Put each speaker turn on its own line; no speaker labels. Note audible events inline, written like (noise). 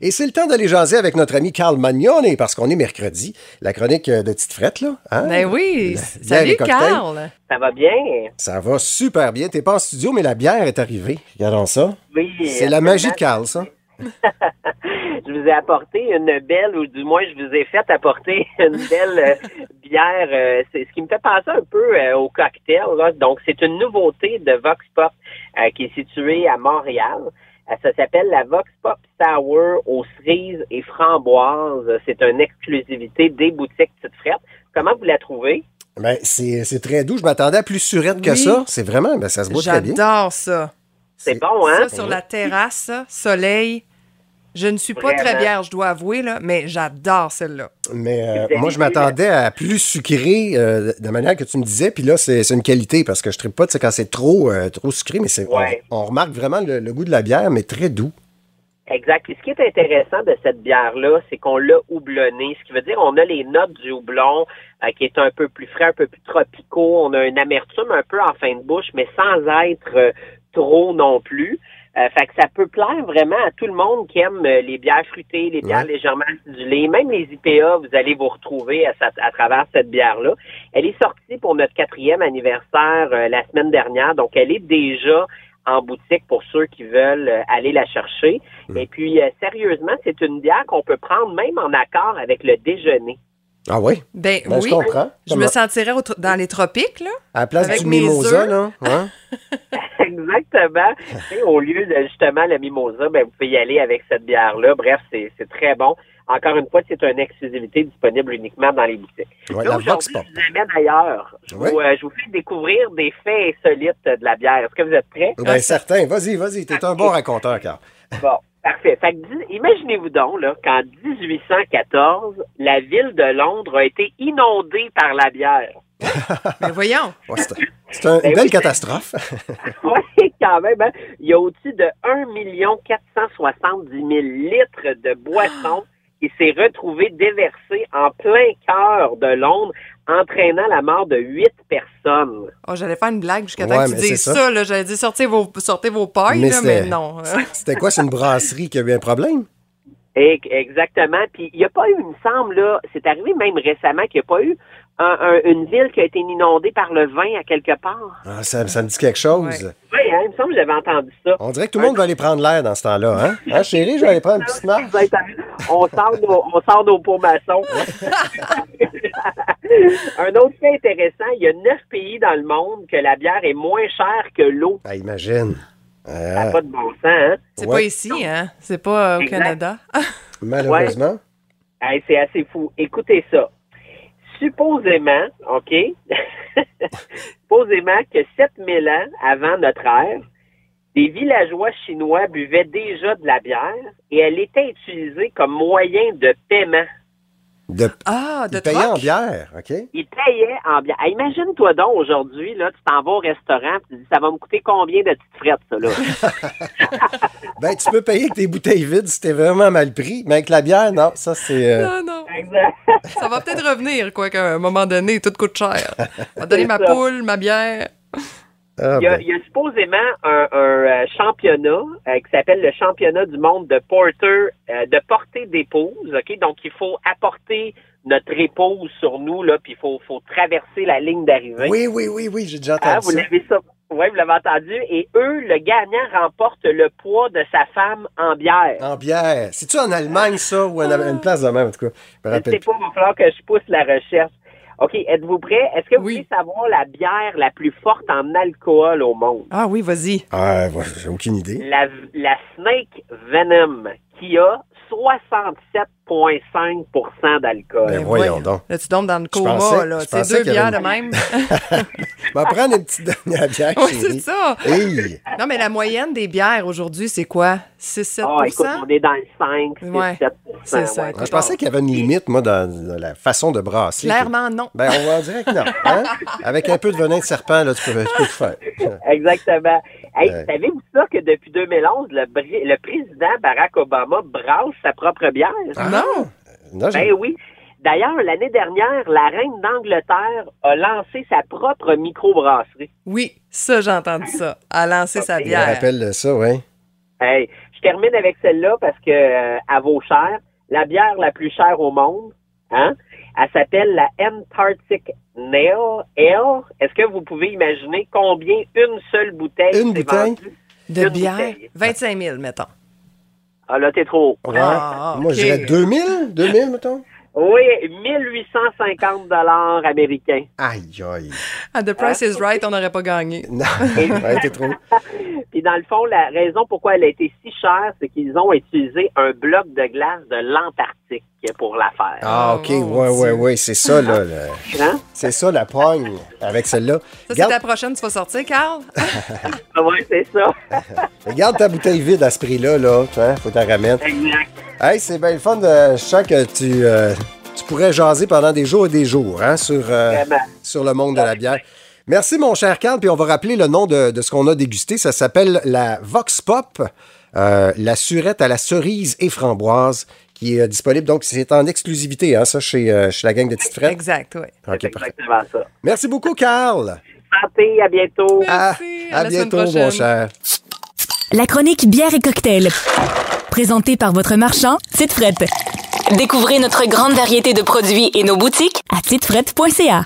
Et c'est le temps d'aller jaser avec notre ami Carl Magnone, parce qu'on est mercredi, la chronique euh, de Tite Frette, là. hein?
Ben oui.
La- bière
Salut,
et cocktail.
Carl.
Ça va bien?
Ça va super bien. T'es pas en studio, mais la bière est arrivée. Regardons ça.
Oui.
C'est la magie de Carl, ça.
Je vous ai apporté une belle, ou du moins, je vous ai fait apporter (laughs) une belle euh, bière. euh, c'est ce qui me fait penser un peu euh, au cocktail. là. Donc, c'est une nouveauté de Vox Pop euh, qui est située à Montréal. Euh, Ça s'appelle la Vox Pop Sour aux cerises et framboises. C'est une exclusivité des boutiques Petite Frette. Comment vous la trouvez?
Ben, c'est c'est très doux. Je m'attendais à plus surette que
Oui.
ça. C'est vraiment, ben, ça se boit très bien.
J'adore ça.
C'est bon,
Ça,
hein?
sur la terrasse, ça, soleil. Je ne suis pas très
Vraiment.
bière, je dois avouer, là, mais j'adore celle-là.
Mais euh,
Vous avez
moi, je
vu,
m'attendais à plus sucré euh, de la manière que tu me disais. Puis là, c'est c'est une qualité parce que je ne pas tu sais, quand c'est trop, euh, trop sucré. Mais c'est on-
Ouais.
on, remarque vraiment le, le goût de la bière, mais très doux.
Exact. Puis ce qui est intéressant de cette bière-là, c'est qu'on l'a houblonnée, ce qui veut dire on a les notes du houblon euh, qui est un peu plus frais, un peu plus tropicaux. On a une amertume un peu en fin de bouche, mais sans être euh, trop non plus. Euh, fait que ça peut plaire vraiment à tout le monde qui aime euh, les bières fruitées, les bières
Ouais.
légèrement acidulées, même les IPA, vous allez vous retrouver à, sa- à travers cette bière-là. Elle est sortie pour notre quatrième anniversaire euh, la semaine dernière, donc elle est déjà en boutique pour ceux qui veulent euh, aller la chercher.
Mm.
Et puis, euh, sérieusement, c'est une bière qu'on peut prendre même en accord avec le déjeuner. (laughs)
Ah oui?
Ben,
Ben,
oui.
je comprends.
Je me
Comment-
sentirais au tr- dans les tropiques, là.
À la place
avec
du
mes
mimosa,
œufs.
là. hein?
Exactement. Tu sais, au lieu de justement la mimosa, ben, vous pouvez y aller avec cette bière-là. Bref, c'est c'est très bon. Encore une fois, c'est une exclusivité disponible uniquement dans les boutiques.
Ouais,
Là,
la Vox
aujourd'hui,
Pop.
je vous amène ailleurs. Je,
Oui.
vous, euh, je vous fais découvrir des faits insolites de la bière. Est-ce que vous êtes prêts?
Ben, certain. Vas-y, vas-y. T'es un bon raconteur, Carl.
Bon, parfait. Fait que dis- imaginez-vous donc là, qu'en 1814, la ville de Londres a été inondée par la bière.
Mais voyons.
Ouais, c'est c'est un-
Ben
une belle
oui.
catastrophe.
Oui, (laughs) quand même. hein. Il y a au-dessus de 1 470 000 litres de boissons qui s'est retrouvé déversé en plein cœur de Londres, entraînant la mort de huit personnes.
Oh, j'allais faire une blague jusqu'à temps
Ouais,
que tu
mais c'est
dises
ça.
ça. là. J'allais dire sortez vos, sortez vos pailles,
Mais
là,
c'était- (laughs)
mais non.
C'était quoi? C'est une brasserie qui a eu un problème?
Et- exactement. Puis il n'y a pas eu, il me semble, là, c'est arrivé même récemment qu'il n'y a pas eu un- un- une ville qui a été inondée par le vin à quelque part.
Ah, ça, ça me dit quelque chose.
Ouais.
Oui, hein, il me semble que j'avais entendu ça.
On dirait que tout le monde va aller prendre l'air dans ce temps-là. Hein? Hein, chérie, je vais aller prendre une petite marche.
On sort nos, on sort nos pots maçons. Un autre fait intéressant, il y a neuf pays dans le monde que la bière est moins chère que l'eau.
Ah, imagine.
Ça
Ah,
n'a pas de bon sens, hein?
C'est
Ouais.
pas ici, hein? C'est pas euh, au
Exact.
Canada.
malheureusement.
Hey, c'est assez fou. Écoutez ça. Supposément, OK, (laughs) supposément que 7000 ans avant notre ère, des villageois chinois buvaient déjà de la bière et elle était utilisée comme moyen de paiement.
De,
Ah, de
de payer en
troc?
bière, OK?
Il payait en bière. Hey, Imagine-toi donc aujourd'hui, là, tu t'en vas au restaurant, tu dis ça va me coûter combien de petites frettes, ça, là?
Ben, tu peux payer avec des bouteilles vides si t'es vraiment mal pris, mais avec la bière, non, ça c'est. euh,
Non, non.
(laughs) Exact.
Ça va peut-être revenir, quoi, qu'à un moment donné, tout coûte cher. On va donner ma
ça.
poule, ma bière.
ah,
Il y a,
ben.
il y a supposément un, un, euh, championnat euh, qui s'appelle le championnat du monde de porter, euh, de porter d'épouse, OK? Donc, il faut apporter notre épouse sur nous, là, puis il faut, faut traverser la ligne d'arrivée.
Oui, oui, oui, oui, j'ai déjà
Ah,
entendu
vous
ça.
l'avez ça. Oui, vous l'avez entendu. Et eux, le gagnant remporte le poids de sa femme en bière.
En bière. C'est-tu en Allemagne, ça, ou en- une place de même, en tout cas? Je me
Je sais
rappelle
pas, il va falloir que je pousse la recherche. OK, êtes-vous prêts? Est-ce que vous
Oui.
voulez savoir la bière la plus forte en alcool au monde?
Ah oui, vas-y.
plus. Ah, ouais, j'ai aucune idée. (laughs)
La, la Snake Venom, qui a 67,5 d'alcool.
Ben, voyons donc.
Là, tu tombes dans le
Je
coma,
pensais-
là.
je
Tu sais,
pensais
deux
qu'il y
bières
avait
de
une- (laughs)
même. (laughs)
Va prendre une petite dernière bière,
oui, c'est
chérie.
ça.
Hey!
Non, mais la moyenne des bières aujourd'hui, c'est quoi? 6-7
Ah, écoute, on est dans le 5, 6,
Ouais,
7
c'est ça.
ouais.
Ah, Je pensais qu'il y avait une limite, moi, dans, dans la façon de brasser.
Clairement, non.
Ben, on va en dire que non. hein? Avec un peu de venin de serpent, là, tu peux, tu peux tout faire.
Exactement. Hey,
Ouais.
Savez-vous ça que depuis 2011, le, bri- le président Barack Obama brasse sa propre bière?
Non! Non, j'ai-
Ah. Ben oui. D'ailleurs, l'année dernière, la reine d'Angleterre a lancé sa propre microbrasserie.
Oui, ça, j'ai entendu ça. À lancer sa
je me
bière.
rappelle de ça, oui.
Hey, Je termine avec celle-là parce que euh, elle vaut cher. La bière la plus chère au monde, hein? Elle s'appelle la Antarctic Nail Ale. Est-ce que vous pouvez imaginer combien une seule bouteille
Une
s'est
bouteille?
vendue?
De
Une
bière,
bouteille.
25 000, mettons.
Ah là, t'es trop haut.
Ouais.
Ah,
Moi,
ok.
je dirais 2000, 2000, mettons.
Oui, 1850 dollars américains.
Aïe, aïe.
À Ah, The Price
Ah,
is Right, on n'aurait pas gagné.
Non, (laughs) ouais, t'es trop.
Puis dans le fond, la raison pourquoi elle a été si chère, c'est qu'ils ont utilisé un bloc de glace de l'Antarctique pour la faire.
Ah, OK,
Oh, mon
ouais, ouais,
Dieu.
ouais, c'est ça, là. le-
Hein?
C'est ça, la pogne avec celle-là.
Ça, c'est
Garde-
ta prochaine, tu vas sortir, Carl?
Ah ouais, c'est ça.
Regarde ta bouteille vide à ce prix-là, là. tu vois, faut t'en ramener.
exact.
Hey, c'est bien le fun. De... Je sens que tu, euh, tu pourrais jaser pendant des jours et des jours hein, sur, euh,
Vraiment.
sur le monde de la bière. Merci, mon cher Carl. Puis on va rappeler le nom de, de ce qu'on a dégusté. Ça s'appelle la Vox Pop, euh, la surette à la cerise et framboise, qui est euh, disponible. Donc, c'est en exclusivité, hein, ça, chez, euh, chez la gang de petites frettes.
Exact, oui.
C'est
Ah, OK, parfait.
exactement ça.
Merci beaucoup, Carl.
Santé, à bientôt.
À,
Merci,
à
à la semaine
bientôt, mon
prochaine.
cher.
La chronique bière et cocktail. Présentée par votre marchand, Titefrette. Découvrez notre grande variété de produits et nos boutiques à titefrette.ca.